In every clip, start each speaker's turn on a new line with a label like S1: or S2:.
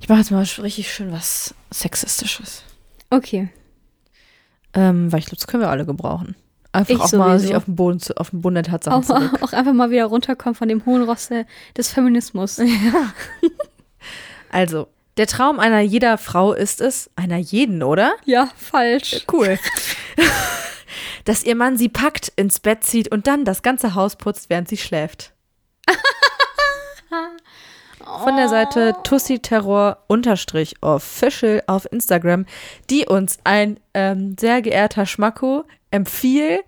S1: Ich mache jetzt mal richtig schön was Sexistisches.
S2: Okay.
S1: Ähm, weil ich glaube, das können wir alle gebrauchen. Einfach
S2: Ich
S1: auch mal
S2: sowieso.
S1: sich auf den Boden, zu, auf den Boden der Tatsachen
S2: Auch,
S1: zu legen.
S2: auch einfach mal wieder runterkommen von dem hohen Ross der- des Feminismus.
S1: Also, der Traum einer jeder Frau ist es, einer jeden, oder?
S2: Ja, falsch.
S1: Cool. Dass ihr Mann sie packt, ins Bett zieht und dann das ganze Haus putzt, während sie schläft. Von der Seite Tussi Terror unterstrich official auf Instagram, die uns ein ähm, sehr geehrter Schmacko empfiehlt.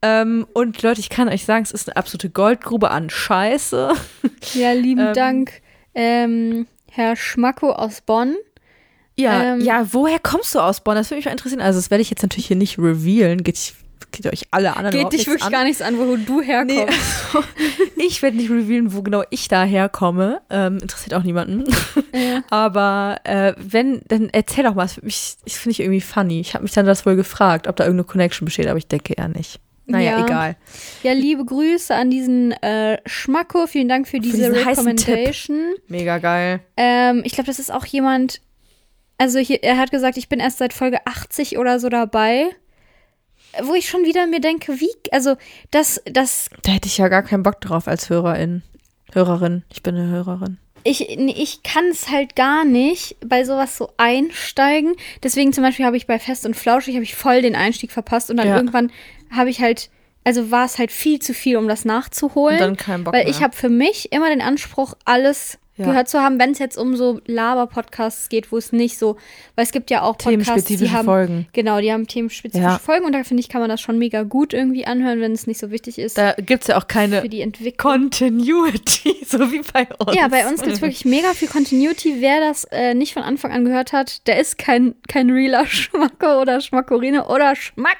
S1: Ähm, und Leute, ich kann euch sagen, es ist eine absolute Goldgrube an Scheiße.
S2: Ja, lieben
S1: Ähm.
S2: Dank, ähm, Herr Schmacko aus Bonn.
S1: Ja,
S2: Ähm.
S1: ja, woher kommst du aus Bonn? Das würde mich mal interessieren. Also, das werde ich jetzt natürlich hier nicht revealen. Geht, geht euch alle anderen
S2: Geht
S1: überhaupt
S2: dich
S1: nichts
S2: wirklich
S1: an.
S2: gar nichts an, wo du
S1: Nee,
S2: herkommst.
S1: also, ich werde nicht revealen, wo genau ich daherkomme. Ähm, interessiert auch niemanden.
S2: Ja.
S1: Aber äh, wenn, dann erzähl doch mal. Das, würde mich, das finde ich irgendwie funny. Ich habe mich dann das wohl gefragt, ob da irgendeine Connection besteht, aber ich denke eher nicht. Naja,
S2: Ja.
S1: egal.
S2: Ja, liebe Grüße an diesen äh, Schmacko. Vielen Dank für diese
S1: diesen heißen Tipp.
S2: Recommendation.
S1: Mega geil.
S2: Ähm, ich glaube, das ist auch jemand. Also hier, er hat gesagt, ich bin erst seit Folge 80 oder so dabei. Wo ich schon wieder mir denke, wie, also das, das,
S1: Da hätte ich ja gar keinen Bock drauf als Hörerin. Hörerin. Ich bin eine Hörerin.
S2: ich, nee, ich kann es halt gar nicht bei sowas so einsteigen. Deswegen zum Beispiel habe ich bei Fest und Flauschig, habe ich voll den Einstieg verpasst und dann
S1: Ja.
S2: irgendwann habe ich halt, also war es halt viel zu viel, um das nachzuholen.
S1: Und dann keinen Bock
S2: Weil
S1: mehr.
S2: ich habe für mich immer den Anspruch, alles
S1: Ja.
S2: gehört zu haben, wenn es jetzt um so Laber-Podcasts geht, wo es nicht so, weil es gibt ja auch Podcasts, die
S1: Themenspezifische
S2: haben,
S1: Folgen.
S2: Genau, die haben themenspezifische
S1: Ja.
S2: Folgen und da finde ich, kann man das schon mega gut irgendwie anhören, wenn es nicht so wichtig ist
S1: Da gibt es ja auch
S2: für
S1: keine
S2: die Entwicklung.
S1: Continuity, so wie bei uns.
S2: Ja, bei uns gibt es wirklich mega viel Continuity. Wer das äh, nicht von Anfang an gehört hat, der ist kein, kein realer Schmacko oder Schmackorine oder Schmack.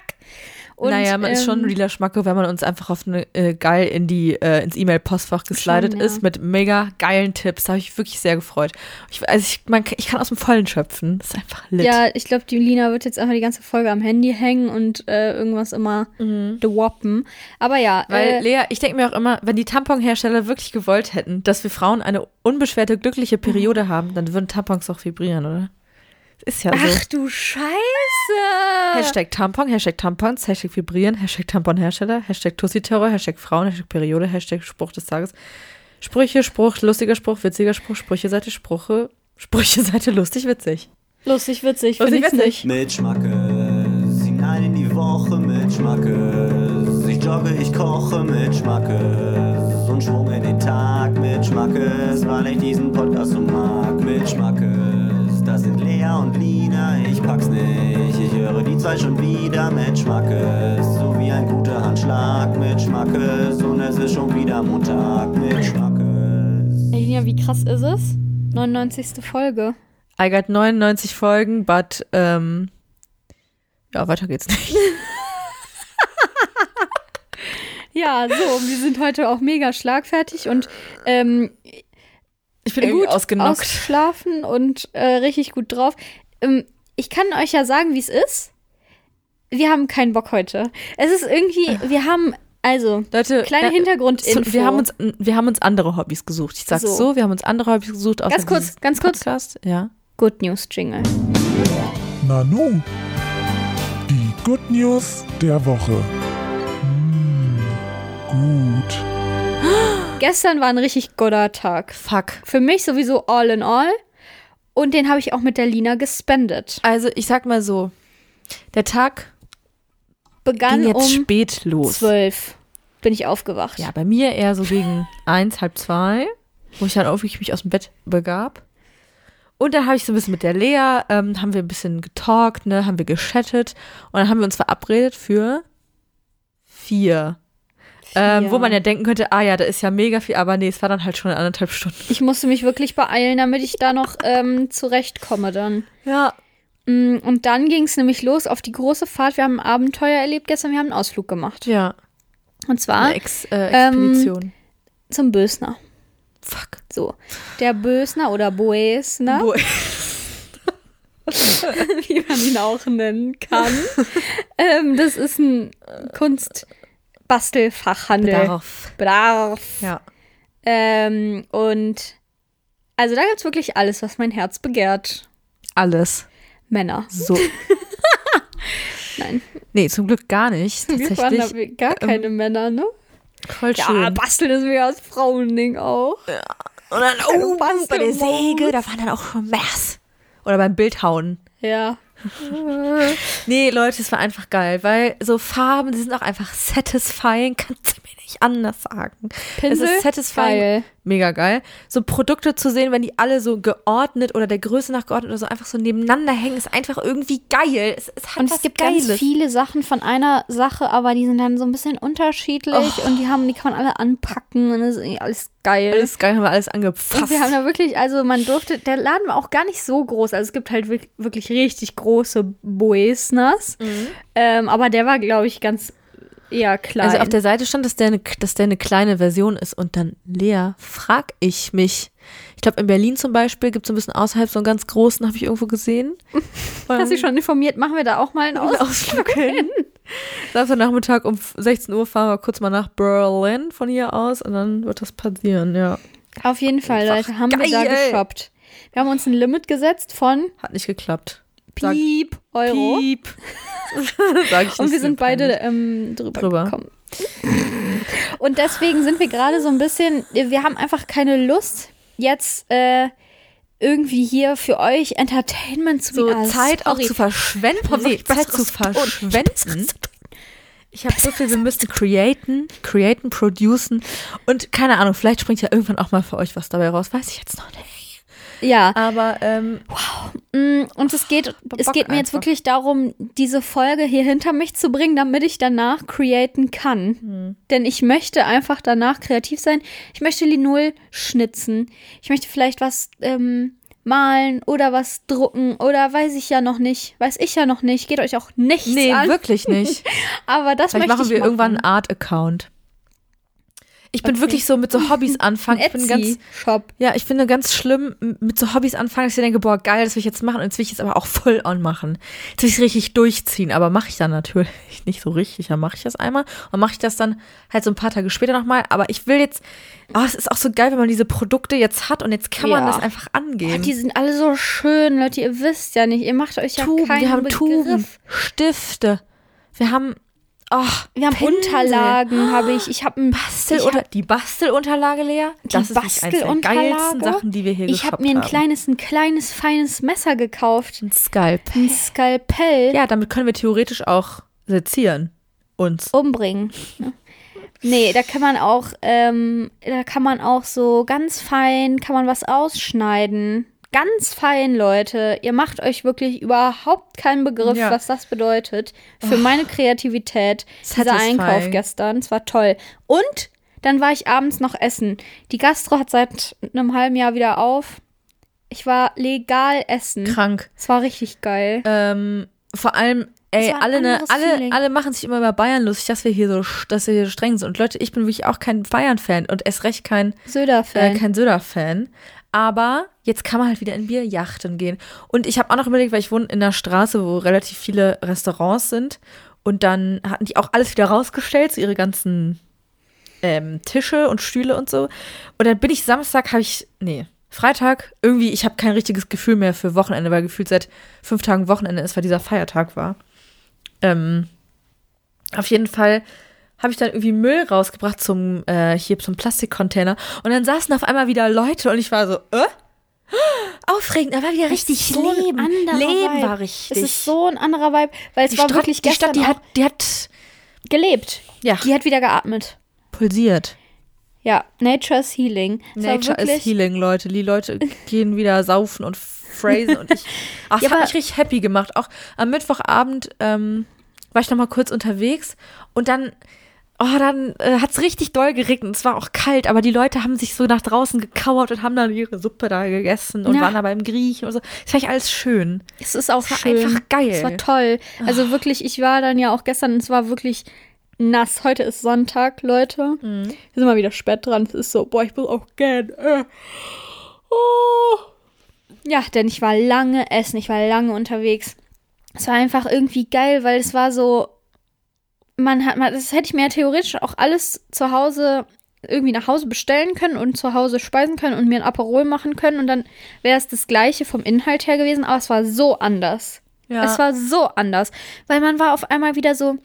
S2: Und,
S1: naja, man ist schon ein
S2: ähm,
S1: realer Schmacke, wenn man uns einfach auf eine äh, geil in die, äh, ins E-Mail-Postfach geslidet
S2: Schon, ja.
S1: ist mit mega geilen Tipps. Da habe ich wirklich sehr gefreut. Ich, also ich, man, ich kann aus dem Vollen schöpfen. Das ist einfach lit.
S2: Ja, ich glaube, die Lina wird jetzt einfach die ganze Folge am Handy hängen und äh, irgendwas immer dewappen. Aber ja,
S1: Weil,
S2: äh,
S1: Lea, ich denke mir auch immer, wenn die Tamponhersteller wirklich gewollt hätten, dass wir Frauen eine unbeschwerte, glückliche Periode haben, dann würden Tampons auch vibrieren, oder? Ist ja so.
S2: Mhm. ach du Scheiße!
S1: Hashtag Tampon, Hashtag Tampons, Hashtag vibrieren, Hashtag Tamponhersteller, Hashtag Tussi-Terror, Hashtag Frauen, Hashtag Periode, Hashtag Spruch des Tages. Sprüche, Spruch, lustiger Spruch, witziger Spruch, Sprüche, Seite, Spruche, Sprüche, Seite, lustig, witzig.
S2: Lustig,
S1: Lustig,
S2: witzig, finde ich
S1: witzig.
S2: nicht.
S3: Mit Schmackes, hinein in die Woche mit Schmackes. Ich jogge, ich koche mit Schmackes. Und Schwung in den Tag mit Schmackes, weil ich diesen Podcast um so mag. Mit Schmackes, das sind Lea und Lina, ich pack's nicht. Ich höre die zwei schon wieder mit Schmackes. So wie ein guter Handschlag mit Schmackes. Und es ist schon wieder Montag mit Schmackes.
S2: Lina, wie krass ist es? 99. Folge.
S1: I got 99 Folgen, but, ähm, ja, weiter geht's nicht.
S2: Ja, so, wir sind heute auch mega schlagfertig und ähm,
S1: Ich bin irgendwie
S2: gut
S1: ausgenockt.
S2: ausgeschlafen und äh, richtig gut drauf. Ähm, ich kann euch ja sagen, wie es ist. Wir haben keinen Bock heute. Es ist irgendwie, wir haben, also,
S1: Leute,
S2: Kleine
S1: äh,
S2: Hintergrundinfo.
S1: so, wir haben, uns, wir haben uns andere Hobbys gesucht. Ich sag's so,
S2: So.
S1: wir haben uns andere Hobbys gesucht. außer
S2: Ganz kurz,
S1: dieses
S2: ganz kurz.
S1: Podcast. Ja.
S2: Good News Jingle.
S4: Nanu. Die Good News der Woche. Mm, gut.
S2: Gestern war ein richtig guter Tag.
S1: Fuck.
S2: Für mich sowieso all in all. Und den habe ich auch mit der Lina gespendet.
S1: Also, ich sag mal so, der Tag
S2: Begann
S1: ging jetzt
S2: um
S1: spät los.
S2: zwölf. Bin ich aufgewacht.
S1: Ja, bei mir eher so gegen eins, halb zwei, wo ich dann auch wirklich mich aus dem Bett begab. Und dann habe ich so ein bisschen mit der Lea, ähm, haben wir ein bisschen getalkt, ne, haben wir geschattet und dann haben wir uns verabredet für vier. Ähm, wo man ja denken könnte, ah ja, da ist ja mega viel, aber nee, es war dann halt schon anderthalb Stunden.
S2: Ich musste mich wirklich beeilen, damit ich da noch ähm, zurechtkomme dann.
S1: Ja.
S2: Mm, Und dann ging es nämlich los auf die große Fahrt. Wir haben ein Abenteuer erlebt gestern. Wir haben einen Ausflug gemacht.
S1: Ja.
S2: Und zwar
S1: Eine Ex äh, Expedition.
S2: zum Bösner.
S1: Fuck.
S2: So, der Bösner oder Boesner.
S1: Wo-
S2: wie man ihn auch nennen kann. ähm, das ist ein Kunstbastelfachhandel.
S1: Bedarf.
S2: Bedarf.
S1: Ja.
S2: Ähm, und Also da gibt's wirklich alles, was mein Herz begehrt.
S1: Alles.
S2: Männer.
S1: So.
S2: Nein,
S1: Nee, zum Glück gar nicht.
S2: wir waren da
S1: Tatsächlich.
S2: wie- gar keine Männer, ne?
S1: Voll schön.
S2: Ja, basteln ist mir als Frauending auch.
S1: Und dann, oh, bei der
S2: Bastelmoos.
S1: Säge, da waren dann auch schon Mess. Oder beim Bildhauen.
S2: Ja.
S1: Nee, Leute, es war einfach geil, weil so Farben, die sind auch einfach satisfying, kannst du mir nicht anders sagen.
S2: Pinsel?
S1: es ist satisfying.
S2: Geil.
S1: Mega geil. So Produkte zu sehen, wenn die alle so geordnet oder der Größe nach geordnet oder so einfach so nebeneinander hängen, ist einfach irgendwie geil. Es, es hat
S2: Und
S1: was
S2: es gibt
S1: Geiles.
S2: ganz viele Sachen von einer Sache, aber die sind dann so ein bisschen unterschiedlich und die haben, die kann man alle anpacken und das ist irgendwie alles geil.
S1: Alles geil, haben wir alles angepasst.
S2: und wir haben da wirklich, also man durfte, der Laden war auch gar nicht so groß. Also es gibt halt wirk- wirklich richtig große Buesnas.
S1: Mhm.
S2: Ähm, aber der war, glaube ich, ganz eher klein.
S1: Also auf der Seite stand, dass der, eine, dass der eine kleine Version ist. Und dann, Lea, frag ich mich. Ich glaube, in Berlin zum Beispiel gibt es ein bisschen außerhalb so einen ganz großen, habe ich irgendwo gesehen.
S2: Hast du dich schon informiert? Machen wir da auch mal einen
S1: einen
S2: Ausflug?
S1: Ausflug hin. Samstagnachmittag um 16 Uhr fahren wir kurz mal nach Berlin von hier aus und dann wird das passieren, ja.
S2: Auf jeden Fall,
S1: Einfach
S2: Leute, haben wir da
S1: geil, ey.
S2: geshoppt. Wir haben uns ein Limit gesetzt von
S1: Hat nicht geklappt. Sag-
S2: Piep Euro.
S1: Piep. Sag ich nicht,
S2: Und wir
S1: ist mir
S2: sind beide
S1: peinlich.
S2: ähm, drüber,
S1: Drüber.
S2: gekommen. Und deswegen sind wir gerade so ein bisschen, wir haben einfach keine Lust, jetzt äh, irgendwie hier für euch Entertainment zu
S1: so
S2: bieten. Ah,
S1: Zeit auch
S2: sorry.
S1: zu verschwenden. Nee, Zeit zu verschwenden. Ich habe so viel, wir müssen createn, createn, producen und keine Ahnung, vielleicht springt ja irgendwann auch mal für euch was dabei raus, weiß ich jetzt noch nicht.
S2: Ja,
S1: Aber ähm,
S2: mm, und es geht, es
S1: Bock
S2: geht mir jetzt
S1: einfach.
S2: wirklich darum, diese Folge hier hinter mich zu bringen, damit ich danach createn kann.
S1: Hm.
S2: Denn ich möchte einfach danach kreativ sein. Ich möchte Linol schnitzen. Ich möchte vielleicht was ähm, malen oder was drucken oder weiß ich ja noch nicht. Weiß ich ja noch nicht. Geht euch auch nichts
S1: nee,
S2: an.
S1: wirklich nicht.
S2: Aber das
S1: Vielleicht
S2: möchte
S1: machen
S2: ich
S1: wir
S2: machen.
S1: irgendwann einen Art-Account. Ich bin wirklich so mit so Hobbys anfangen. Ich bin ganz,
S2: Etsy-Shop.
S1: ja, ich finde ganz schlimm m- mit so Hobbys anfangen, dass ich denke, boah, geil, das will ich jetzt machen und jetzt will ich es aber auch voll on machen. Jetzt will ich es richtig durchziehen, aber mache ich dann natürlich nicht so richtig. Dann mache ich das einmal und mache ich das dann halt so ein paar Tage später nochmal. Aber ich will jetzt, oh, es ist auch so geil, wenn man diese Produkte jetzt hat und jetzt kann man
S2: Ja.
S1: das einfach angehen.
S2: Oh, die sind alle so schön, Leute. Ihr wisst ja nicht. Ihr macht euch ja
S1: Tuben,
S2: keinen
S1: wir haben
S2: Begriff.
S1: Tuben, Stifte, wir haben, oh,
S2: Wir haben Unterlagen, habe ich. Ich habe ein
S1: Bastel
S2: ich
S1: oder
S2: hab-
S1: die Bastelunterlage, Lea, das ist nicht eins der geilsten
S2: Bastelunterlage?
S1: Sachen, die wir hier
S2: Ich habe
S1: geshoppt
S2: mir ein
S1: haben.
S2: kleines, ein kleines, feines Messer gekauft.
S1: Ein Skalpell.
S2: Ein Skalpell
S1: Ja, damit können wir theoretisch auch sezieren. Uns.
S2: umbringen. Ne? Nee, da kann man auch, ähm, da kann man auch so ganz fein, kann man was ausschneiden. Ganz fein, Leute. Ihr macht euch wirklich überhaupt keinen Begriff,
S1: Ja. Oh.
S2: was das bedeutet. Für meine Kreativität, dieser
S1: Satisfying.
S2: Einkauf gestern, es war toll. Und dann war ich abends noch essen. Die Gastro hat seit einem halben Jahr wieder auf. Ich war legal essen.
S1: Krank.
S2: Es war richtig geil.
S1: Ähm, vor allem,
S2: Es
S1: ey,
S2: war ein
S1: alle, ne,
S2: anderes
S1: alle,
S2: Feeling.
S1: alle machen sich immer über Bayern lustig, dass wir hier so, sch- dass wir hier so streng sind. Und Leute, ich bin wirklich auch kein Bayern-Fan und erst recht kein, äh,
S2: Söder-Fan.
S1: kein Söder-Fan. Aber jetzt kann man halt wieder in Bierjachten gehen. Und ich habe auch noch überlegt, weil ich wohne in einer Straße, wo relativ viele Restaurants sind. Und dann hatten die auch alles wieder rausgestellt, so ihre ganzen ähm, Tische und Stühle und so. Und dann bin ich Samstag, habe ich, nee, Freitag, irgendwie, ich habe kein richtiges Gefühl mehr für Wochenende, weil gefühlt seit fünf Tagen Wochenende ist, weil dieser Feiertag war. Ähm, auf jeden Fall habe ich dann irgendwie Müll rausgebracht zum, äh, hier zum Plastikcontainer. Und dann saßen auf einmal wieder Leute und ich war so, äh? Aufregend, da war wieder richtig
S2: so ein
S1: Leben.
S2: anderer
S1: Leben
S2: Vibe.
S1: war richtig.
S2: Es ist so ein anderer Vibe, weil es
S1: die
S2: war
S1: Stadt,
S2: wirklich
S1: die
S2: gestern
S1: Stadt, die
S2: auch
S1: hat, die hat
S2: gelebt.
S1: Ja.
S2: Die hat wieder geatmet.
S1: pulsiert.
S2: Ja, Nature is Healing. Es war
S1: Nature
S2: wirklich,
S1: is healing, Leute. Die Leute gehen wieder saufen und phrasen und ich. Ach,
S2: Ja,
S1: das hat
S2: aber-
S1: mich richtig happy gemacht. Auch am Mittwochabend ähm, war ich noch mal kurz unterwegs und dann. Oh, dann äh, hat's richtig doll geregnet. Es war auch kalt, aber die Leute haben sich so nach draußen gekauert und haben dann ihre Suppe da gegessen und
S2: Ja.
S1: waren da beim Griechen und so. Das fand ich alles schön.
S2: Es ist auch
S1: Es war
S2: schön.
S1: einfach geil.
S2: Es war toll. Also wirklich, ich war dann ja auch gestern, und es war wirklich nass. Heute ist Sonntag, Leute. Wir sind mal wieder spät dran. Es ist so, boah, ich muss auch gehen. Äh. Oh. Ja, denn ich war lange essen, ich war lange unterwegs. Es war einfach irgendwie geil, weil es war so, man hat, man, das hätte ich mir ja theoretisch auch alles zu Hause irgendwie nach Hause bestellen können und zu Hause speisen können und mir ein Aperol machen können und dann wäre es das gleiche vom Inhalt her gewesen, aber es war so anders.
S1: Ja.
S2: Es war so anders, weil man war auf einmal wieder so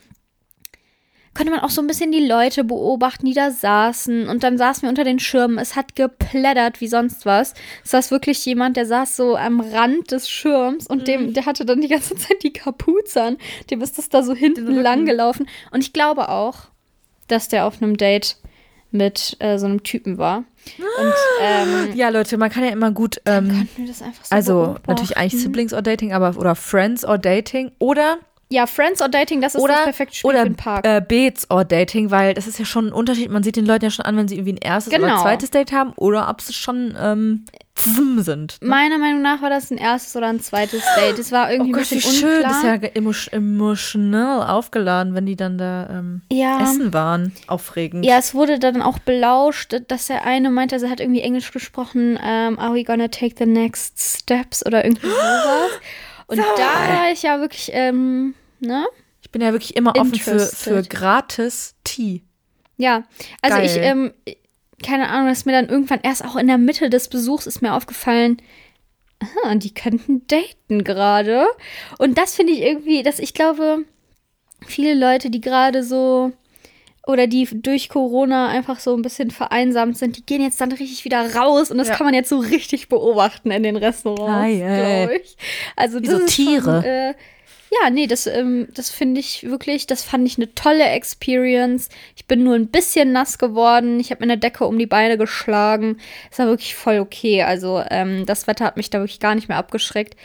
S2: konnte man auch so ein bisschen die Leute beobachten, die da saßen. Und dann saßen wir unter den Schirmen. Es hat geplättert wie sonst was. Es saß wirklich jemand, der saß so am Rand des Schirms und
S1: Mhm.
S2: dem, der hatte dann die ganze Zeit die Kapuze an. Dem ist das da so hinten lang gelaufen. Und ich glaube auch, dass der auf einem Date mit äh, so einem Typen war. Und ähm,
S1: ja, Leute, man kann ja immer gut, ähm,
S2: konnten wir das einfach so
S1: also
S2: beobachten.
S1: natürlich
S2: Mhm.
S1: eigentlich Siblings or Dating, aber oder Friends or Dating oder
S2: Ja, Friends or Dating, das ist das
S1: oder
S2: perfekte Spiel für
S1: oder
S2: den Park.
S1: äh, Dates or Dating, weil das ist ja schon ein Unterschied. Man sieht den Leuten ja schon an, wenn sie irgendwie ein erstes oder
S2: Genau.
S1: zweites Date haben oder ob sie schon ähm, zusammen sind.
S2: Meiner Meinung nach war das ein erstes oder ein zweites Date. Es war
S1: Oh
S2: irgendwie
S1: Gott,
S2: ein
S1: wie
S2: bisschen
S1: schön. Das
S2: unklar.
S1: ist ja ge- emo emotional aufgeladen, wenn die dann da ähm,
S2: Ja.
S1: essen waren. Aufregend.
S2: Ja, es wurde dann auch belauscht, dass der eine meinte, also er hat irgendwie Englisch gesprochen, ähm, are we gonna take the next steps oder irgendwie sowas. Und da war ich ja wirklich, ähm, ne?
S1: Ich bin ja wirklich immer offen für, für
S2: Interested.
S1: gratis Tee.
S2: Ja, also ich,
S1: Geil.
S2: ähm, keine Ahnung, dass mir dann irgendwann erst auch in der Mitte des Besuchs ist mir aufgefallen, ah, die könnten daten gerade. Und das finde ich irgendwie, dass ich glaube, viele Leute, die gerade so oder die durch Corona einfach so ein bisschen vereinsamt sind, die gehen jetzt dann richtig wieder raus und das
S1: Ja.
S2: kann man jetzt so richtig beobachten in den Restaurants,
S1: Geil.
S2: glaube ich. Also
S1: Wie
S2: das
S1: so
S2: ist schon,
S1: Tiere.
S2: äh, ja, nee, das, ähm, das finde ich wirklich, das fand ich eine tolle Experience. Ich bin nur ein bisschen nass geworden. Ich habe mir eine Decke um die Beine geschlagen. Es war wirklich voll okay. Also ähm, das Wetter hat mich da wirklich gar nicht mehr abgeschreckt.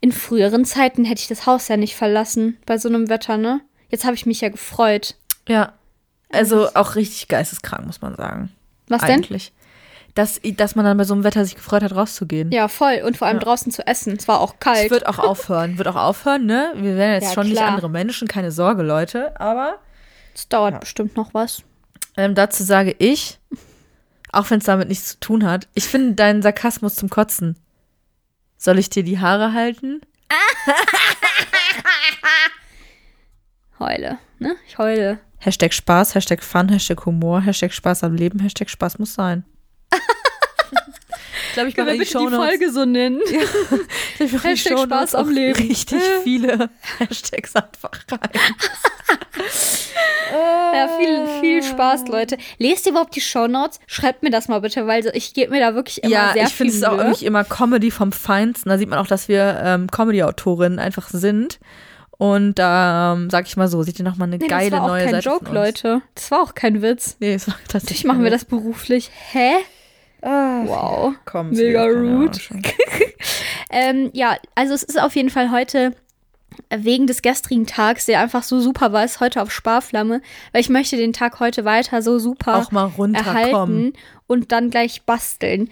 S2: In früheren Zeiten hätte ich das Haus ja nicht verlassen bei so einem Wetter, ne? Jetzt habe ich mich ja gefreut.
S1: Ja. Also auch richtig geisteskrank, muss man sagen.
S2: Mhm. Was denn?
S1: Eigentlich. Dass, dass man dann bei so einem Wetter sich gefreut hat, rauszugehen.
S2: Ja, voll. Und vor allem draußen zu essen. Es war auch
S1: Es
S2: kalt.
S1: wird auch aufhören, wird auch aufhören, ne? Wir werden jetzt
S2: Ja,
S1: schon nicht
S2: klar.
S1: andere Menschen, keine Sorge, Leute. Aber
S2: Es dauert bestimmt noch was.
S1: ähm, dazu sage ich, auch wenn es damit nichts zu tun hat, ich finde deinen Sarkasmus zum Kotzen. Soll ich dir die Haare halten?
S2: Heule, ne? Ich heule.
S1: Hashtag Spaß, Hashtag Fun, Hashtag Humor, Hashtag Spaß am Leben, Hashtag Spaß muss sein. ich glaube, ich mache in die Shownotes.
S2: so nennen?
S1: Ich mache in die
S2: Hashtag
S1: Shownotes
S2: Spaß am
S1: auch
S2: Leben.
S1: Richtig viele Hashtags einfach rein.
S2: Ja, viel, viel Spaß,
S1: Ah.
S2: Leute. Lest ihr überhaupt die Shownotes? Schreibt mir das mal bitte, weil so, ich gebe mir da wirklich immer
S1: ja,
S2: sehr
S1: ich finde
S2: viel
S1: es auch
S2: Mühe.
S1: irgendwie immer Comedy vom Feinsten. Da sieht man auch, dass wir ähm, Comedy-Autorinnen einfach sind. Und da, ähm, sag ich mal so, seht ihr nochmal eine
S2: Nee,
S1: geile
S2: das war auch
S1: neue
S2: kein
S1: Seite von
S2: Joke,
S1: uns.
S2: Leute. Das war auch kein Witz.
S1: Nee, Ah. es war tatsächlich.
S2: Natürlich machen wir das beruflich. Hä? wow.
S1: Komm,
S2: Mega rude.
S1: Ahnung.
S2: Ähm, ja, also es ist auf jeden Fall heute wegen des gestrigen Tags, der einfach so super war, ist heute auf Sparflamme, weil ich möchte den Tag heute weiter so super
S1: Auch mal runterkommen.
S2: erhalten und dann gleich basteln.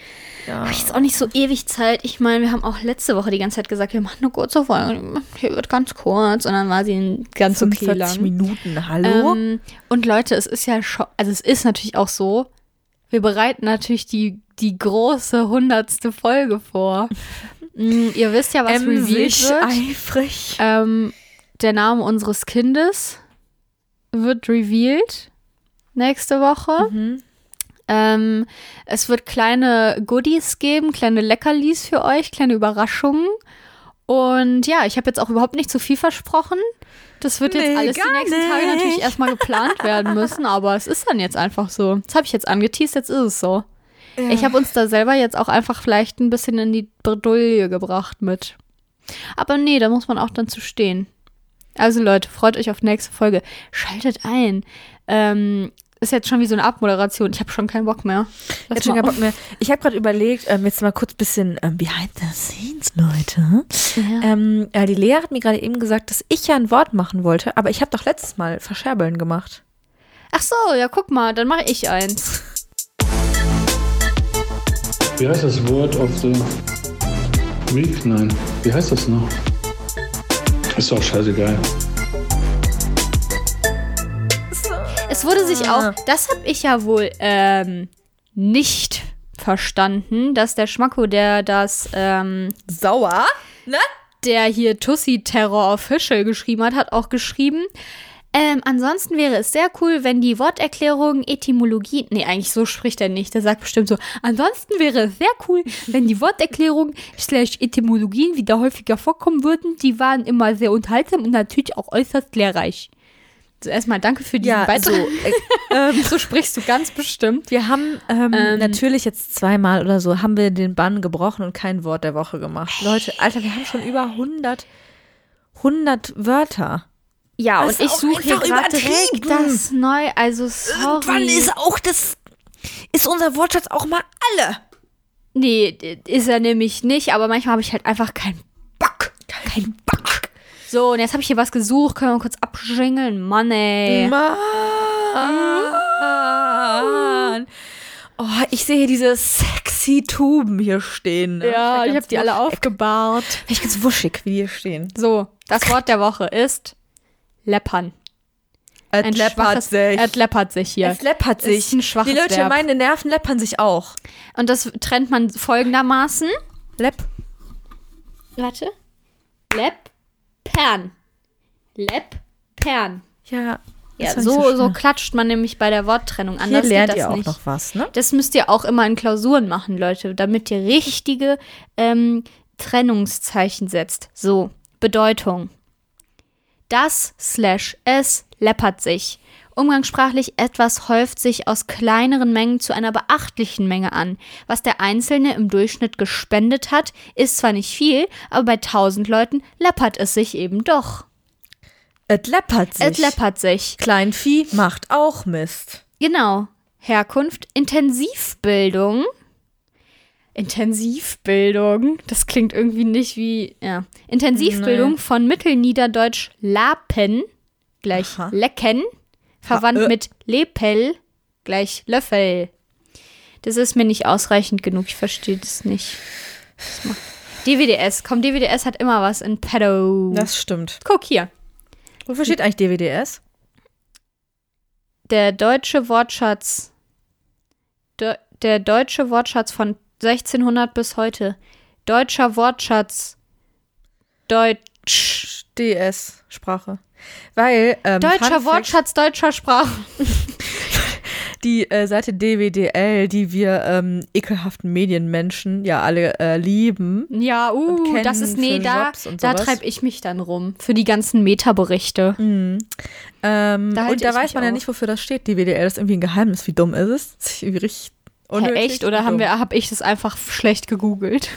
S2: Hab ich jetzt auch nicht so ewig Zeit. Ich meine, wir haben auch letzte Woche die ganze Zeit gesagt, wir machen eine kurze Folge, hier wird ganz kurz und dann war sie ganz okay
S1: 45
S2: lang.
S1: Minuten, hallo?
S2: Ähm, und Leute, es ist ja schon, also es ist natürlich auch so, wir bereiten natürlich die, die große hundertste Folge vor. Mm, ihr wisst ja, was revealed
S1: Emsig,
S2: wird.
S1: eifrig.
S2: Ähm, der Name unseres Kindes wird revealed nächste Woche. Ähm, es wird kleine Goodies geben, kleine Leckerlis für euch, kleine Überraschungen. Und ja, ich habe jetzt auch überhaupt nicht zu viel versprochen. Das wird jetzt
S1: Nee,
S2: alles
S1: gar
S2: die nächsten Tage
S1: nicht.
S2: natürlich erstmal geplant werden müssen, aber es ist dann jetzt einfach so. Das habe ich jetzt angeteased, jetzt ist es so. Ich habe uns da selber jetzt auch einfach vielleicht ein bisschen in die Bredouille gebracht mit. Aber nee, da muss man auch dann zu stehen. Also Leute, freut euch auf nächste Folge. Schaltet ein. Ähm, ist jetzt schon wie so eine Abmoderation. Ich habe schon keinen Bock mehr. Lass
S1: Jetzt schon
S2: mal
S1: keinen Bock mehr. Ich habe gerade überlegt, ähm, jetzt mal kurz bisschen ähm, behind the scenes, Leute.
S2: Ja.
S1: Ähm, ja, die Lea hat mir gerade eben gesagt, dass ich ja ein Wort machen wollte, aber ich habe doch letztes Mal Verscherbeln gemacht.
S2: Ach so, ja, guck mal, dann mache ich eins.
S5: Wie heißt das Word of the Week? Nein. Wie heißt das noch? Ist doch scheißegal.
S2: Es wurde sich
S1: Ah.
S2: auch, das habe ich ja wohl ähm, nicht verstanden, dass der Schmacko, der das, ähm,
S1: Sauer? Ne?
S2: der hier Tussi Terror Official geschrieben hat, hat auch geschrieben, Ähm, ansonsten wäre es sehr cool, wenn die Worterklärung Etymologie. Nee, eigentlich so spricht er nicht. Der sagt bestimmt so. Ansonsten wäre es sehr cool, wenn die Worterklärung slash Etymologien wieder häufiger vorkommen würden. Die waren immer sehr unterhaltsam und natürlich auch äußerst lehrreich. So, erstmal danke für diesen
S1: Ja,
S2: Beitrag.
S1: so, äh, ähm,
S2: so sprichst du ganz bestimmt.
S1: wir haben ähm,
S2: Ähm.
S1: natürlich jetzt zweimal oder so, haben wir den Bann gebrochen und kein Wort der Woche gemacht. Leute, Alter, wir haben schon über 100, 100 Wörter.
S2: Ja,
S1: Das
S2: und ich
S1: ist auch
S2: suche hier
S1: einfach
S2: gerade direkt
S1: übertrieben.
S2: das neu. Also,
S1: Oh,
S2: sorry.
S1: auch das, ist unser Wortschatz auch mal alle.
S2: nee, d- ist er nämlich nicht, aber manchmal habe ich halt einfach keinen Bock. Keinen Bock. So, und jetzt habe ich hier was gesucht. Können wir kurz abschingeln? Mann, ey.
S1: Mann. Oh, ich sehe hier diese sexy Tuben hier stehen. ne? Find ganz wusch-
S2: aufgebahrt.
S1: Finde ich ganz wuschig, wie die hier stehen.
S2: So, das Wort der Woche ist Leppern.
S1: Ein
S2: schwaches- Es läppert sich hier.
S1: Es läppert
S2: Ist
S1: sich.
S2: ein schwaches
S1: die Leute
S2: Verb.
S1: meine Nerven läppern sich auch.
S2: Und das trennt man folgendermaßen.
S1: Lepp.
S2: Warte. Leppern. Leppern.
S1: Ja.
S2: Ja,
S1: ist doch
S2: so,
S1: nicht
S2: so,
S1: schlimm.
S2: klatscht man nämlich bei der Worttrennung
S1: Hier
S2: anders.
S1: lernt
S2: geht das
S1: ihr auch
S2: nicht.
S1: noch was, ne?
S2: Das müsst ihr auch immer in Klausuren machen, Leute, damit ihr richtige ähm, Trennungszeichen setzt. So, Bedeutung. Das slash es läppert sich. Umgangssprachlich etwas häuft sich aus kleineren Mengen zu einer beachtlichen Menge an. Was der Einzelne im Durchschnitt gespendet hat, ist zwar nicht viel, aber bei tausend Leuten läppert es sich eben doch.
S1: Es läppert sich.
S2: Es läppert sich.
S1: Kleinvieh macht auch Mist.
S2: Genau. Herkunft, Intensivbildung. Intensivbildung, das klingt irgendwie nicht wie, ja. Intensivbildung von Mittelniederdeutsch Lapen gleich
S1: Aha.
S2: Lecken, verwandt
S1: Ha, äh.
S2: mit Lepel gleich Löffel. Das ist mir nicht ausreichend genug, ich verstehe das nicht. Das macht- DWDS, komm, DWDS hat immer was in Pedo.
S1: Das stimmt.
S2: Guck hier.
S1: Wofür steht eigentlich DWDS?
S2: der deutsche Wortschatz, Deu- der deutsche Wortschatz von 1600 bis heute. Deutscher Wortschatz. Deutsch.
S1: DS, Sprache. Weil, ähm, Fun
S2: Deutscher
S1: Fact,
S2: Wortschatz deutscher Sprache.
S1: die äh, Seite DWDL, die wir ähm, ekelhaften Medienmenschen ja alle äh, lieben.
S2: Ja,
S1: Und
S2: uh,
S1: kennen
S2: das ist nee,
S1: für
S2: da,
S1: Jobs und
S2: da
S1: sowas.
S2: treibe ich mich dann rum Mhm. für die ganzen Metaberichte.
S1: Ähm,
S2: Da halte
S1: und da
S2: ich
S1: weiß
S2: mich
S1: man ja
S2: auch.
S1: nicht, wofür das steht, DWDL. Das ist irgendwie ein Geheimnis. Wie dumm ist es? Das ist irgendwie richtig
S2: Hä,
S1: unnötig
S2: echt oder haben
S1: dumm.
S2: wir habe ich das einfach schlecht gegoogelt?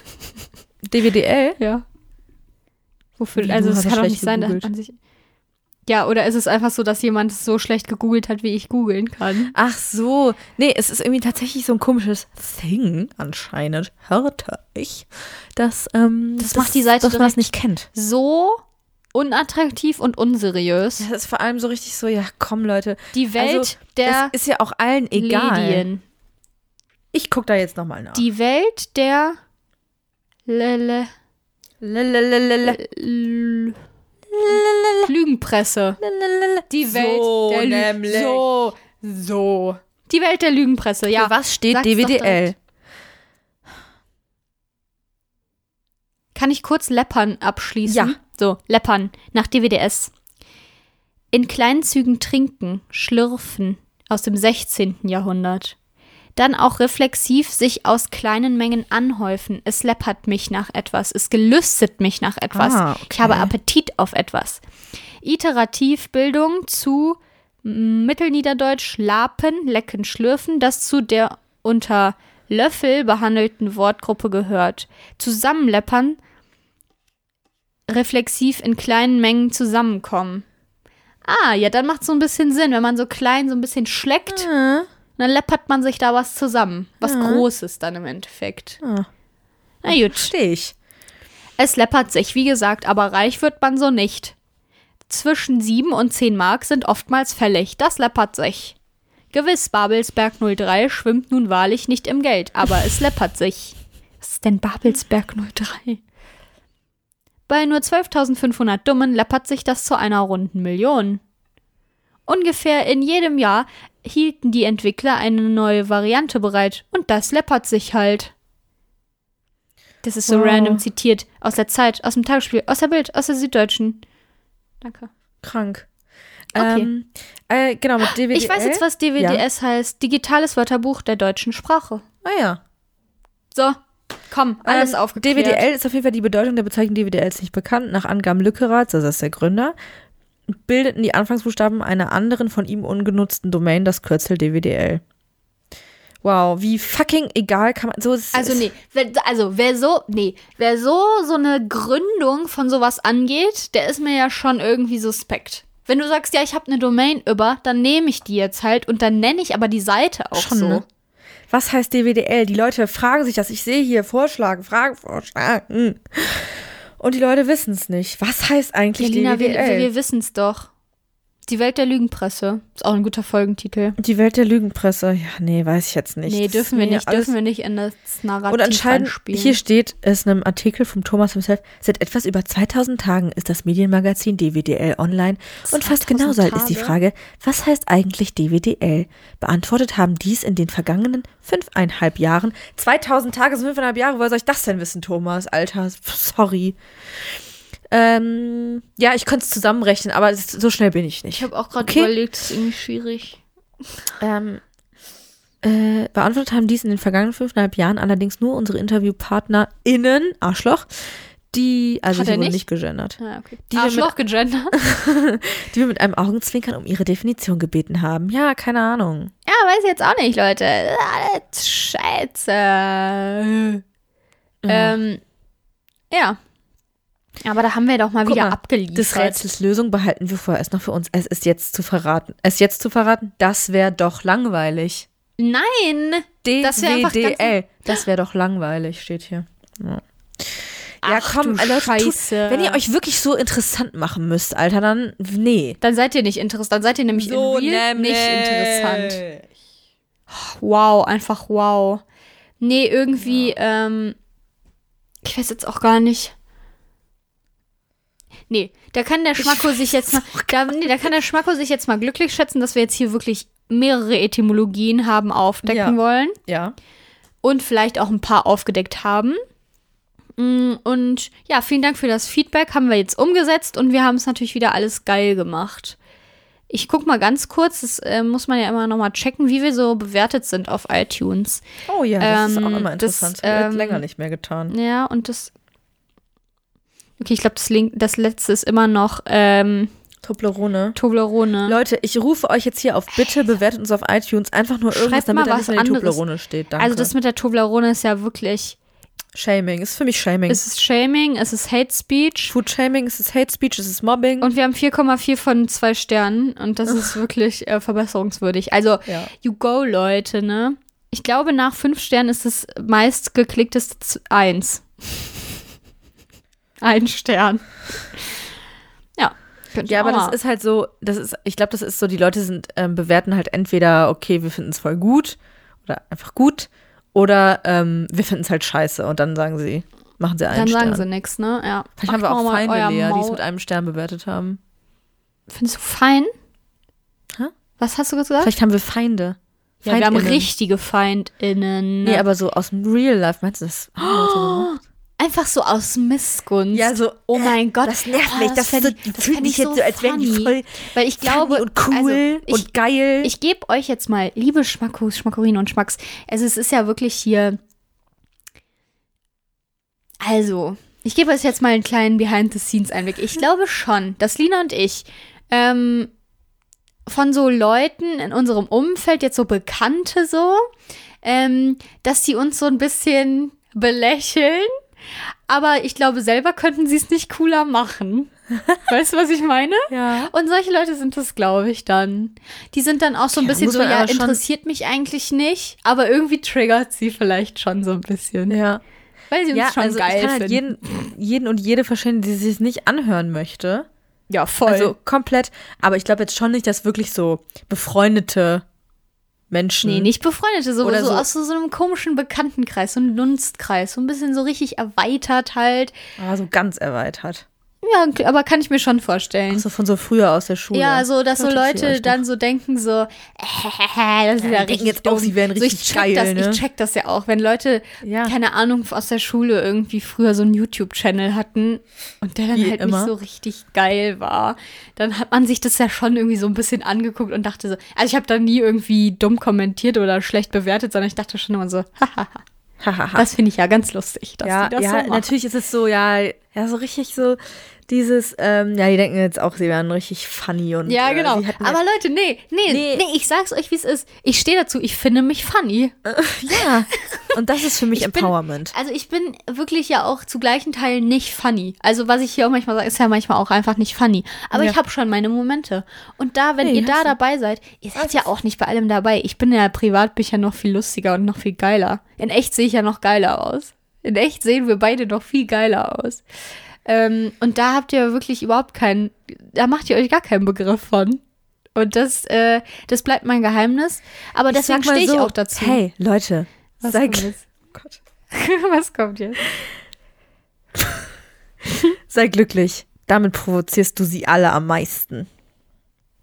S1: DWDL?
S2: Ja. Wofür?
S1: Wie,
S2: also
S1: du
S2: es
S1: hast
S2: kann
S1: das
S2: doch
S1: schlecht
S2: nicht sein, dass
S1: gegoogelt.
S2: man sich. Ja, oder ist es einfach so, dass jemand es so schlecht gegoogelt hat, wie ich googeln kann?
S1: Ach so. Nee, es ist irgendwie tatsächlich so ein komisches Thing anscheinend, hörte ich, dass, ähm,
S2: Das macht die Seite
S1: dass man das
S2: direkt-
S1: nicht kennt.
S2: So unattraktiv und unseriös.
S1: Das ist vor allem so richtig so, ja komm Leute.
S2: Die Welt
S1: also,
S2: der
S1: Das ist ja auch allen egal.
S2: Medien.
S1: Ich guck da jetzt nochmal nach.
S2: Die Welt der Lele.
S1: Lalalala.
S2: L- Lügenpresse. Die Welt
S1: So
S2: der Lü-
S1: nämlich.
S2: So, so. Die Welt der Lügenpresse, ja.
S1: Für was steht
S2: sag's doch
S1: DWDL?
S2: direkt. Kann ich kurz Leppern abschließen?
S1: Ja.
S2: So, Leppern nach DWDS. In kleinen Zügen trinken, schlürfen aus dem 16. Jahrhundert. Dann auch reflexiv sich aus kleinen Mengen anhäufen. Es läppert mich nach etwas. Es gelüstet mich nach etwas.
S1: Ah, okay.
S2: Ich habe Appetit auf etwas. Iterativ Bildung zu m, Mittelniederdeutsch lapen, lecken, schlürfen, das zu der unter Löffel behandelten Wortgruppe gehört. Zusammenleppern, reflexiv in kleinen Mengen zusammenkommen. Ah, ja, dann macht so ein bisschen Sinn, wenn man so klein so ein bisschen schleckt,
S1: Ah. Hm,
S2: dann läppert man sich da was zusammen, was Großes dann im Endeffekt.
S1: Ah.
S2: Na gut.
S1: Verstehe ich.
S2: Es läppert sich, wie gesagt, aber reich wird man so nicht. Zwischen 7 und 10 Mark sind oftmals fällig, das läppert sich. Gewiss, Babelsberg 03 schwimmt nun wahrlich nicht im Geld, aber es läppert sich. Was ist denn Babelsberg 03? Bei nur 12.500 Dummen läppert sich das zu einer runden Million. Ungefähr in jedem Jahr hielten die Entwickler eine neue Variante bereit und das läppert sich halt. Das ist so
S1: Wow.
S2: random zitiert. Aus der Zeit, aus dem Tagesspiel, aus der Bild, aus der Süddeutschen. Danke.
S1: Krank.
S2: Okay.
S1: Ähm, äh, genau, mit DWDL.
S2: Ich weiß jetzt, was DWDS heißt. Digitales Wörterbuch der deutschen Sprache.
S1: Ah ja.
S2: So, komm, alles
S1: Ähm,
S2: aufgeklärt.
S1: DWDL ist auf jeden Fall die Bedeutung der Bezeichnung DWDL ist nicht bekannt. Nach Angaben Lückerath, also das ist der Gründer, bildeten die Anfangsbuchstaben einer anderen von ihm ungenutzten Domain das Kürzel DWDL. Wow, wie fucking egal kann man. So ist,
S2: Also
S1: ist,
S2: nee, wer, also wer so, nee, wer so so eine Gründung von sowas angeht, der ist mir ja schon irgendwie suspekt. Wenn du sagst, ja, ich habe eine Domain über, dann nehme ich die jetzt halt und dann nenne ich aber die Seite auch
S1: Schon,
S2: so.
S1: ne? Was heißt DWDL? Die Leute fragen sich das. Ich sehe hier Vorschlagen, Fragen, Vorschlagen. Und die Leute wissen es nicht. Was heißt eigentlich
S2: Jelina, wir,
S1: DWDL?
S2: wir, wir wissen es doch. Die Welt der Lügenpresse ist auch ein guter Folgentitel.
S1: die Welt der Lügenpresse. Ja, nee, weiß ich jetzt nicht.
S2: nee,
S1: Das
S2: dürfen
S1: ist
S2: wir
S1: mir
S2: nicht,
S1: alles-
S2: dürfen wir nicht in das Narrativ
S1: Und anscheinend,
S2: reinspielen.
S1: hier steht es in einem Artikel vom Thomas himself, seit etwas über 2000 Tagen ist das Medienmagazin DWDL online und fast
S2: 2000
S1: genauso alt ist die
S2: Tage?
S1: Frage, was heißt eigentlich DWDL? Beantwortet haben dies in den vergangenen fünfeinhalb Jahren. 2000 Tage sind fünfeinhalb Jahre, woher soll ich das denn wissen, Thomas? Alter, pf, sorry. Ähm, ja, ich könnte es zusammenrechnen, aber es ist, so schnell bin ich nicht.
S2: ich habe auch gerade
S1: Okay.
S2: überlegt, es ist irgendwie schwierig.
S1: Ähm, äh, beantwortet haben dies in den vergangenen fünfeinhalb Jahren allerdings nur unsere InterviewpartnerInnen, Arschloch, die, also
S2: Hat
S1: sie
S2: er
S1: wurden nicht,
S2: nicht?
S1: gegendert,
S2: Ah, okay.
S1: Die wir mit-
S2: Arschloch gegendert.
S1: die wir mit einem Augenzwinkern um ihre Definition gebeten haben. Ja, keine Ahnung.
S2: Ja, weiß ich jetzt auch nicht, Leute. Alles Scheiße. Ähm, ja. Aber da haben wir doch mal
S1: Guck
S2: wieder
S1: mal,
S2: abgeliefert.
S1: Des Rätsels Lösung behalten wir vorher erst noch für uns. Es ist jetzt zu verraten. Es jetzt zu verraten, das wäre doch langweilig.
S2: Nein. Das wär einfach
S1: DWDL. Das wäre doch langweilig, steht hier. Ja, ja
S2: Ach,
S1: komm,
S2: du
S1: Leute, tut,
S2: Scheiße.
S1: wenn ihr euch wirklich so interessant machen müsst, Alter, dann nee.
S2: Dann seid ihr nicht interessant. Dann seid ihr nämlich in Real nicht interessant. Wow, einfach wow. Nee, irgendwie, ähm, ich weiß jetzt auch gar nicht. Nee, da kann der Schmacko sich jetzt mal, da, nee, da kann der Schmacko sich jetzt mal glücklich schätzen, dass wir jetzt hier wirklich mehrere Etymologien haben aufdecken
S1: Ja.
S2: wollen
S1: Ja.
S2: und vielleicht auch ein paar aufgedeckt haben. Mm, Und ja, vielen Dank für das Feedback. Haben wir jetzt umgesetzt und wir haben es natürlich wieder alles geil gemacht. Ich guck mal ganz kurz, das äh, muss man ja immer noch mal checken, wie wir so bewertet sind auf iTunes.
S1: Oh ja, das ist auch
S2: Ähm,
S1: immer
S2: das,
S1: interessant. Das, wird
S2: ähm,
S1: länger nicht mehr getan.
S2: Ja, und das. Okay, ich glaube, das, Link- das letzte ist immer noch ähm,
S1: Toblerone.
S2: Toblerone.
S1: Leute, ich rufe euch jetzt hier auf, bitte bewertet uns auf iTunes einfach nur irgendwas,
S2: Schreibt
S1: damit
S2: mal
S1: da
S2: was
S1: nicht mehr die
S2: anderes.
S1: Toblerone steht. Danke.
S2: also das mit der Toblerone ist ja wirklich,
S1: Shaming ist für mich Shaming.
S2: es ist Shaming, es ist Hate Speech
S1: Food Shaming, es ist Hate Speech, es ist Mobbing.
S2: und wir haben 4,4 von 2 Sternen und das ist wirklich äh, verbesserungswürdig. Also,
S1: Ja.
S2: you go, Leute, ne? Ich glaube, nach 5 Sternen ist das meistgeklickteste 1. Ein Stern. Ja. könnt
S1: ja,
S2: ihr
S1: aber
S2: auch
S1: das
S2: mal.
S1: ist halt so, das ist, ich glaube, das ist so, die Leute sind, ähm, bewerten halt entweder, okay, wir finden es voll gut oder einfach gut oder ähm, wir finden es halt scheiße und dann sagen sie, machen sie einen
S2: Dann
S1: Stern.
S2: sagen sie nichts, ne? Ja.
S1: Vielleicht haben wir
S2: Macht
S1: auch
S2: mal
S1: Feinde,
S2: euer
S1: Lea, die es
S2: Maul.
S1: mit einem Stern bewertet haben.
S2: Findest du fein?
S1: Hä?
S2: Was hast du gesagt?
S1: Vielleicht haben wir Feinde.
S2: Äh? ja, wir haben
S1: Feindinnen.
S2: richtige FeindInnen.
S1: Nee, aber so aus dem Real Life, meinst du das? haben Leute gemacht?
S2: Einfach so aus Missgunst.
S1: Ja, so, äh,
S2: oh mein Gott.
S1: das nervt
S2: oh,
S1: mich, das
S2: fänd
S1: so- die fühlen
S2: fänd
S1: sich jetzt so, als wären die
S2: funny.
S1: voll
S2: Weil ich glaube,
S1: Funny und cool
S2: also, ich,
S1: und geil.
S2: Ich gebe euch jetzt mal, liebe Schmackos, Schmackorinen und Schmacks, also es ist ja wirklich hier. Also, ich gebe euch jetzt mal einen kleinen Behind-the-Scenes-Einblick. Ich glaube schon, dass Lina und ich ähm, von so Leuten in unserem Umfeld, jetzt so Bekannte so, ähm, dass die uns so ein bisschen belächeln. Aber ich glaube, selber könnten sie es nicht cooler machen. Weißt du, was ich meine?
S1: ja.
S2: Und solche Leute sind das, glaube ich, dann. Die sind dann auch so ein
S1: Ja,
S2: bisschen
S1: muss
S2: so,
S1: man
S2: ja,
S1: aber schon-
S2: interessiert mich eigentlich nicht, aber irgendwie triggert sie vielleicht schon so ein bisschen.
S1: Ja,
S2: Weil sie uns
S1: ja
S2: schon
S1: also
S2: geil
S1: ich kann halt
S2: finden.
S1: jeden, jeden und jede verstehen, die sich nicht anhören möchte.
S2: ja, voll.
S1: Also komplett. Aber ich glaube jetzt schon nicht, dass wirklich so befreundete Menschen.
S2: nee, nicht Befreundete, so,
S1: hm. Oder
S2: so
S1: so-
S2: aus so, so einem komischen Bekanntenkreis, so einem Dunstkreis, so ein bisschen so richtig erweitert halt.
S1: Aber so ganz Ah, erweitert.
S2: Ja, aber kann ich mir schon vorstellen.
S1: So von so früher aus der Schule.
S2: Ja, so, dass so
S1: Dachte ich
S2: Leute
S1: vielleicht
S2: dann so denken, so, das ist ja,
S1: denken
S2: richtig
S1: jetzt auch,
S2: dumm.
S1: sie wären
S2: so, ich
S1: richtig
S2: check
S1: geil,
S2: Das,
S1: ne?
S2: Ich check das ja auch, wenn Leute,
S1: Ja.
S2: keine Ahnung, aus der Schule irgendwie früher so einen YouTube-Channel hatten und der dann
S1: Wie
S2: halt
S1: immer.
S2: nicht so richtig geil war, dann hat man sich das ja schon irgendwie so ein bisschen angeguckt und dachte so, also ich habe da nie irgendwie dumm kommentiert oder schlecht bewertet, sondern ich dachte schon immer so, hahaha,
S1: Hahaha.
S2: das finde ich ja ganz lustig, dass
S1: ja,
S2: die das
S1: ja
S2: so machen.
S1: natürlich ist es so, ja, ja, so richtig so dieses, ähm, ja, die denken jetzt auch, sie wären richtig funny und
S2: Ja,
S1: äh,
S2: genau.
S1: sie hätten
S2: Aber Leute, nee, nee, nee,
S1: Nee.
S2: ich sag's euch, wie es ist. Ich stehe dazu, ich finde mich funny.
S1: ja. Und das ist für mich
S2: Ich bin-
S1: Empowerment.
S2: Also ich bin wirklich ja auch zu gleichen Teilen nicht funny. Also was ich hier auch manchmal sage, ist ja manchmal auch einfach nicht funny. Aber
S1: Ja.
S2: ich habe schon meine Momente. Und da, wenn
S1: Nee,
S2: ihr da
S1: hast du.
S2: dabei seid, ihr seid ja auch nicht bei allem dabei. Ich bin ja privat bin ich ja noch viel lustiger und noch viel geiler. In echt sehe ich ja noch geiler aus. In echt sehen wir beide noch viel geiler aus. Ähm, und da habt ihr wirklich überhaupt keinen, da macht ihr euch gar keinen Begriff von. Und das, äh, das bleibt mein Geheimnis. Aber
S1: Ich sag
S2: deswegen
S1: mal
S2: stehe ich
S1: so,
S2: auch dazu.
S1: Hey, Leute,
S2: was
S1: seid,
S2: kommt jetzt? Was kommt jetzt?
S1: sei glücklich. Damit provozierst du sie alle am meisten.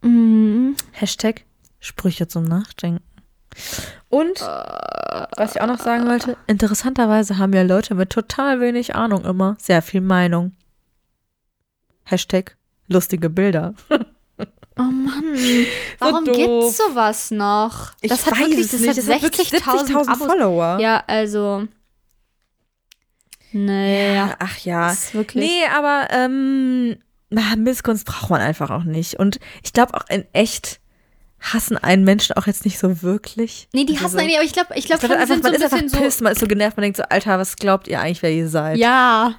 S1: Mhm. Hashtag Sprüche zum Nachdenken. Und
S2: Äh.
S1: was ich auch noch sagen wollte, interessanterweise haben ja Leute mit total wenig Ahnung immer sehr viel Meinung. Hashtag lustige Bilder.
S2: Oh Mann, warum
S1: doof.
S2: gibt's sowas noch?
S1: Ich
S2: das hat
S1: weiß
S2: wirklich,
S1: es
S2: das
S1: nicht.
S2: hat
S1: Das hat wirklich
S2: 60.000
S1: 70.000
S2: Abos.
S1: Follower.
S2: Ja, also. Naja.
S1: Ach ja.
S2: Das ist wirklich.
S1: Nee, aber ähm, na, Missgunst braucht man einfach auch nicht. Und ich glaube auch in echt hassen einen Menschen auch jetzt nicht so wirklich.
S2: Nee, die
S1: Also
S2: hassen
S1: so-
S2: einen, aber ich glaube, ich
S1: Ich
S2: glaube
S1: glaub,
S2: schon, die
S1: einfach,
S2: sind so
S1: man
S2: ein
S1: ist einfach
S2: bisschen so.
S1: pisst, man ist so genervt, man denkt so, Alter, was glaubt ihr eigentlich, wer ihr seid?
S2: Ja.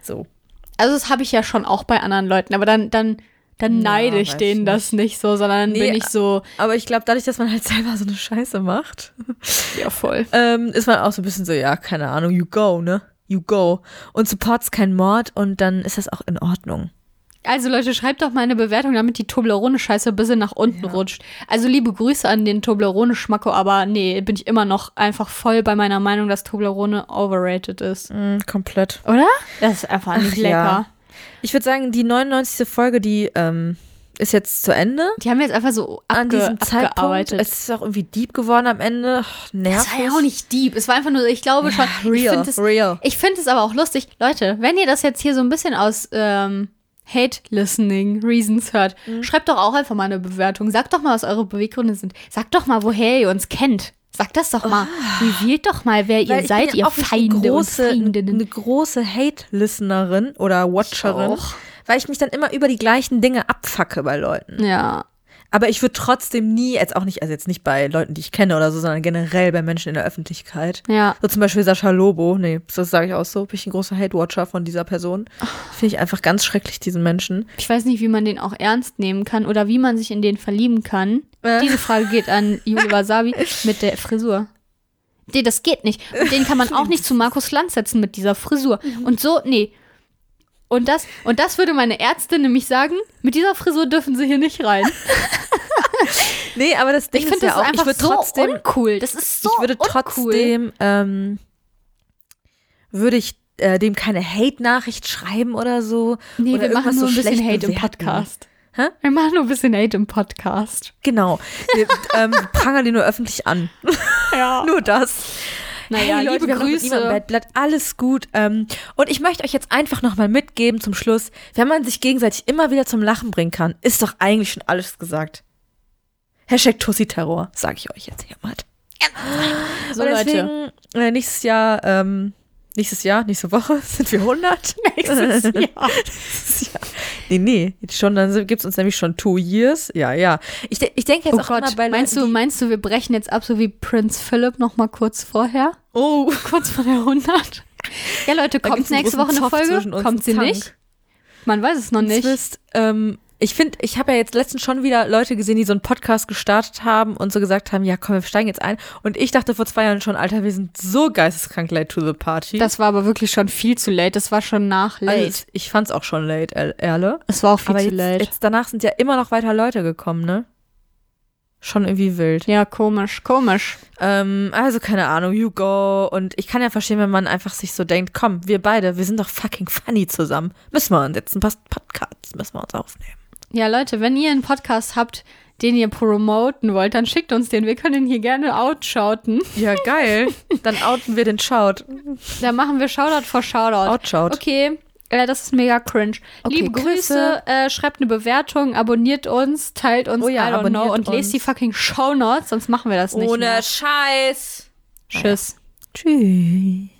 S1: So.
S2: Also, das habe ich ja schon auch bei anderen Leuten, aber dann, dann, dann
S1: Ja,
S2: neide ich
S1: weiß
S2: denen
S1: nicht.
S2: das nicht so, sondern
S1: Nee,
S2: bin ich so.
S1: Aber ich glaube, dadurch, dass man halt selber so eine Scheiße macht,
S2: Ja, voll.
S1: ähm, ist man auch so ein bisschen so, ja, keine Ahnung, you go, ne? You go. Und support's kein Mord und dann ist das auch in Ordnung.
S2: Also Leute, schreibt doch mal eine Bewertung, damit die Toblerone-Scheiße ein bisschen nach unten rutscht. Also liebe Grüße an den Toblerone-Schmacko, aber nee, bin ich immer noch einfach voll bei meiner Meinung, dass Toblerone overrated ist.
S1: Mhm, komplett.
S2: Oder? Das ist einfach nicht
S1: Ach ja.
S2: lecker.
S1: Ich würde sagen, die 99. Folge, die ähm, ist jetzt zu Ende.
S2: Die haben wir jetzt einfach so abge
S1: An diesem Zeitpunkt.
S2: abgearbeitet.
S1: Es ist auch irgendwie deep geworden am Ende. Ach, nervig.
S2: Das war ja auch nicht deep. Es war einfach nur, ich glaube schon, ich
S1: real,
S2: finde es,
S1: real.
S2: ich find es aber auch lustig. Leute, wenn ihr das jetzt hier so ein bisschen aus ähm, Hate-Listening Reasons hört,
S1: Mhm.
S2: schreibt doch auch einfach mal eine Bewertung. Sagt doch mal, was eure Beweggründe sind. Sagt doch mal, woher ihr uns kennt. Sagt das doch mal. Revealt doch mal, wer
S1: Ah. Weil
S2: ihr
S1: ich
S2: seid,
S1: bin ja
S2: ihr
S1: auch nicht
S2: Feinde
S1: eine große,
S2: und Feindinnen.
S1: Eine große Hate-Listenerin oder Watcherin,
S2: auch.
S1: weil ich mich dann immer über die gleichen Dinge abfacke bei Leuten.
S2: Ja.
S1: Aber ich würde trotzdem nie, jetzt auch nicht, also jetzt nicht bei Leuten, die ich kenne oder so, sondern generell bei Menschen in der Öffentlichkeit.
S2: Ja.
S1: So zum Beispiel Sascha Lobo, nee, das sage ich auch so, bin ich ein großer Hate-Watcher von dieser Person. Finde ich einfach ganz schrecklich, diesen Menschen.
S2: Ich weiß nicht, wie man den auch ernst nehmen kann oder wie man sich in den verlieben kann.
S1: Äh.
S2: Diese Frage geht an Juli Wasabi mit der Frisur. Nee, das geht nicht. Und den kann man auch nicht zu Markus Lanz setzen mit dieser Frisur. Und so, nee. Und das, und das würde meine Ärztin nämlich sagen, mit dieser Frisur dürfen sie hier nicht rein.
S1: Nee, aber das Ding
S2: Ich
S1: ist
S2: finde
S1: ja
S2: das
S1: auch,
S2: ist einfach
S1: ich würde
S2: so
S1: trotzdem,
S2: uncool. Das ist so
S1: ich würde
S2: uncool.
S1: trotzdem, ähm, würde ich äh, dem keine Hate-Nachricht schreiben oder so.
S2: Nee,
S1: oder
S2: wir machen
S1: irgendwas
S2: nur ein
S1: so
S2: bisschen
S1: schlecht
S2: Hate im
S1: bewerten.
S2: Podcast.
S1: Hä?
S2: Wir machen nur ein bisschen Hate im Podcast.
S1: Genau. Wir ähm, prangern die nur öffentlich an.
S2: Ja.
S1: Nur das.
S2: Naja,
S1: hey, Leute,
S2: liebe
S1: wir haben mit
S2: Grüße.
S1: niemandem Bad Blood. Alles gut. Ähm, und ich möchte euch jetzt einfach nochmal mitgeben zum Schluss, wenn man sich gegenseitig immer wieder zum Lachen bringen kann, ist doch eigentlich schon alles gesagt. Hashtag Tussi-Terror, sage ich euch jetzt hiermit.
S2: So,
S1: und
S2: Leute.
S1: deswegen, äh, nächstes Jahr, ähm, nächstes Jahr, nächste Woche sind wir 100.
S2: Nächstes Jahr.
S1: ja. Nee, nee, jetzt schon, dann gibt es uns nämlich schon two years. Ja, ja. Ich, de ich denke jetzt
S2: oh
S1: auch
S2: Gott,
S1: immer bei
S2: meinst du,
S1: Leuten,
S2: meinst du, wir brechen jetzt ab, so wie Prinz Philip noch mal kurz vorher?
S1: Oh,
S2: Kurz vor der 100? Ja, Leute,
S1: da
S2: kommt
S1: gibt's einen
S2: nächste
S1: großen
S2: Woche eine
S1: Zoff zwischen
S2: Folge?
S1: uns
S2: Kommt
S1: und
S2: sie
S1: Tank.
S2: nicht? Man weiß es noch
S1: Ihr
S2: nicht.
S1: Wisst, ähm, ich finde, ich habe ja jetzt letztens schon wieder Leute gesehen, die so einen Podcast gestartet haben und so gesagt haben, ja komm, wir steigen jetzt ein. Und ich dachte vor zwei Jahren schon, Alter, wir sind so geisteskrank late to the party.
S2: Das war aber wirklich schon viel zu late. Das war schon nach late.
S1: also, es- ich fand's auch schon late, ehrle.
S2: es war auch viel
S1: Aber
S2: zu
S1: jetzt,
S2: late.
S1: jetzt danach sind ja immer noch weiter Leute gekommen, ne? Schon irgendwie wild.
S2: Ja, komisch, komisch.
S1: Ähm, also keine Ahnung, you go. Und ich kann ja verstehen, wenn man einfach sich so denkt, komm, wir beide, wir sind doch fucking funny zusammen. Müssen wir uns jetzt ein paar Podcasts müssen wir uns aufnehmen.
S2: Ja, Leute, wenn ihr einen Podcast habt, den ihr promoten wollt, dann schickt uns den. Wir können ihn hier gerne outshouten.
S1: Ja, geil. Dann outen wir den Shout.
S2: Da machen wir Shoutout vor Shoutout.
S1: Outshout.
S2: Okay, äh, das ist mega cringe.
S1: Okay,
S2: Liebe Grüße,
S1: Grüße.
S2: äh, schreibt eine Bewertung, abonniert uns, teilt uns,
S1: Oh ja,
S2: I don't
S1: abonniert
S2: know, und
S1: uns.
S2: lest die fucking Shownotes, sonst machen wir das nicht
S1: Ohne
S2: mehr.
S1: Scheiß.
S2: ne? Tschüss.
S1: Tschüss.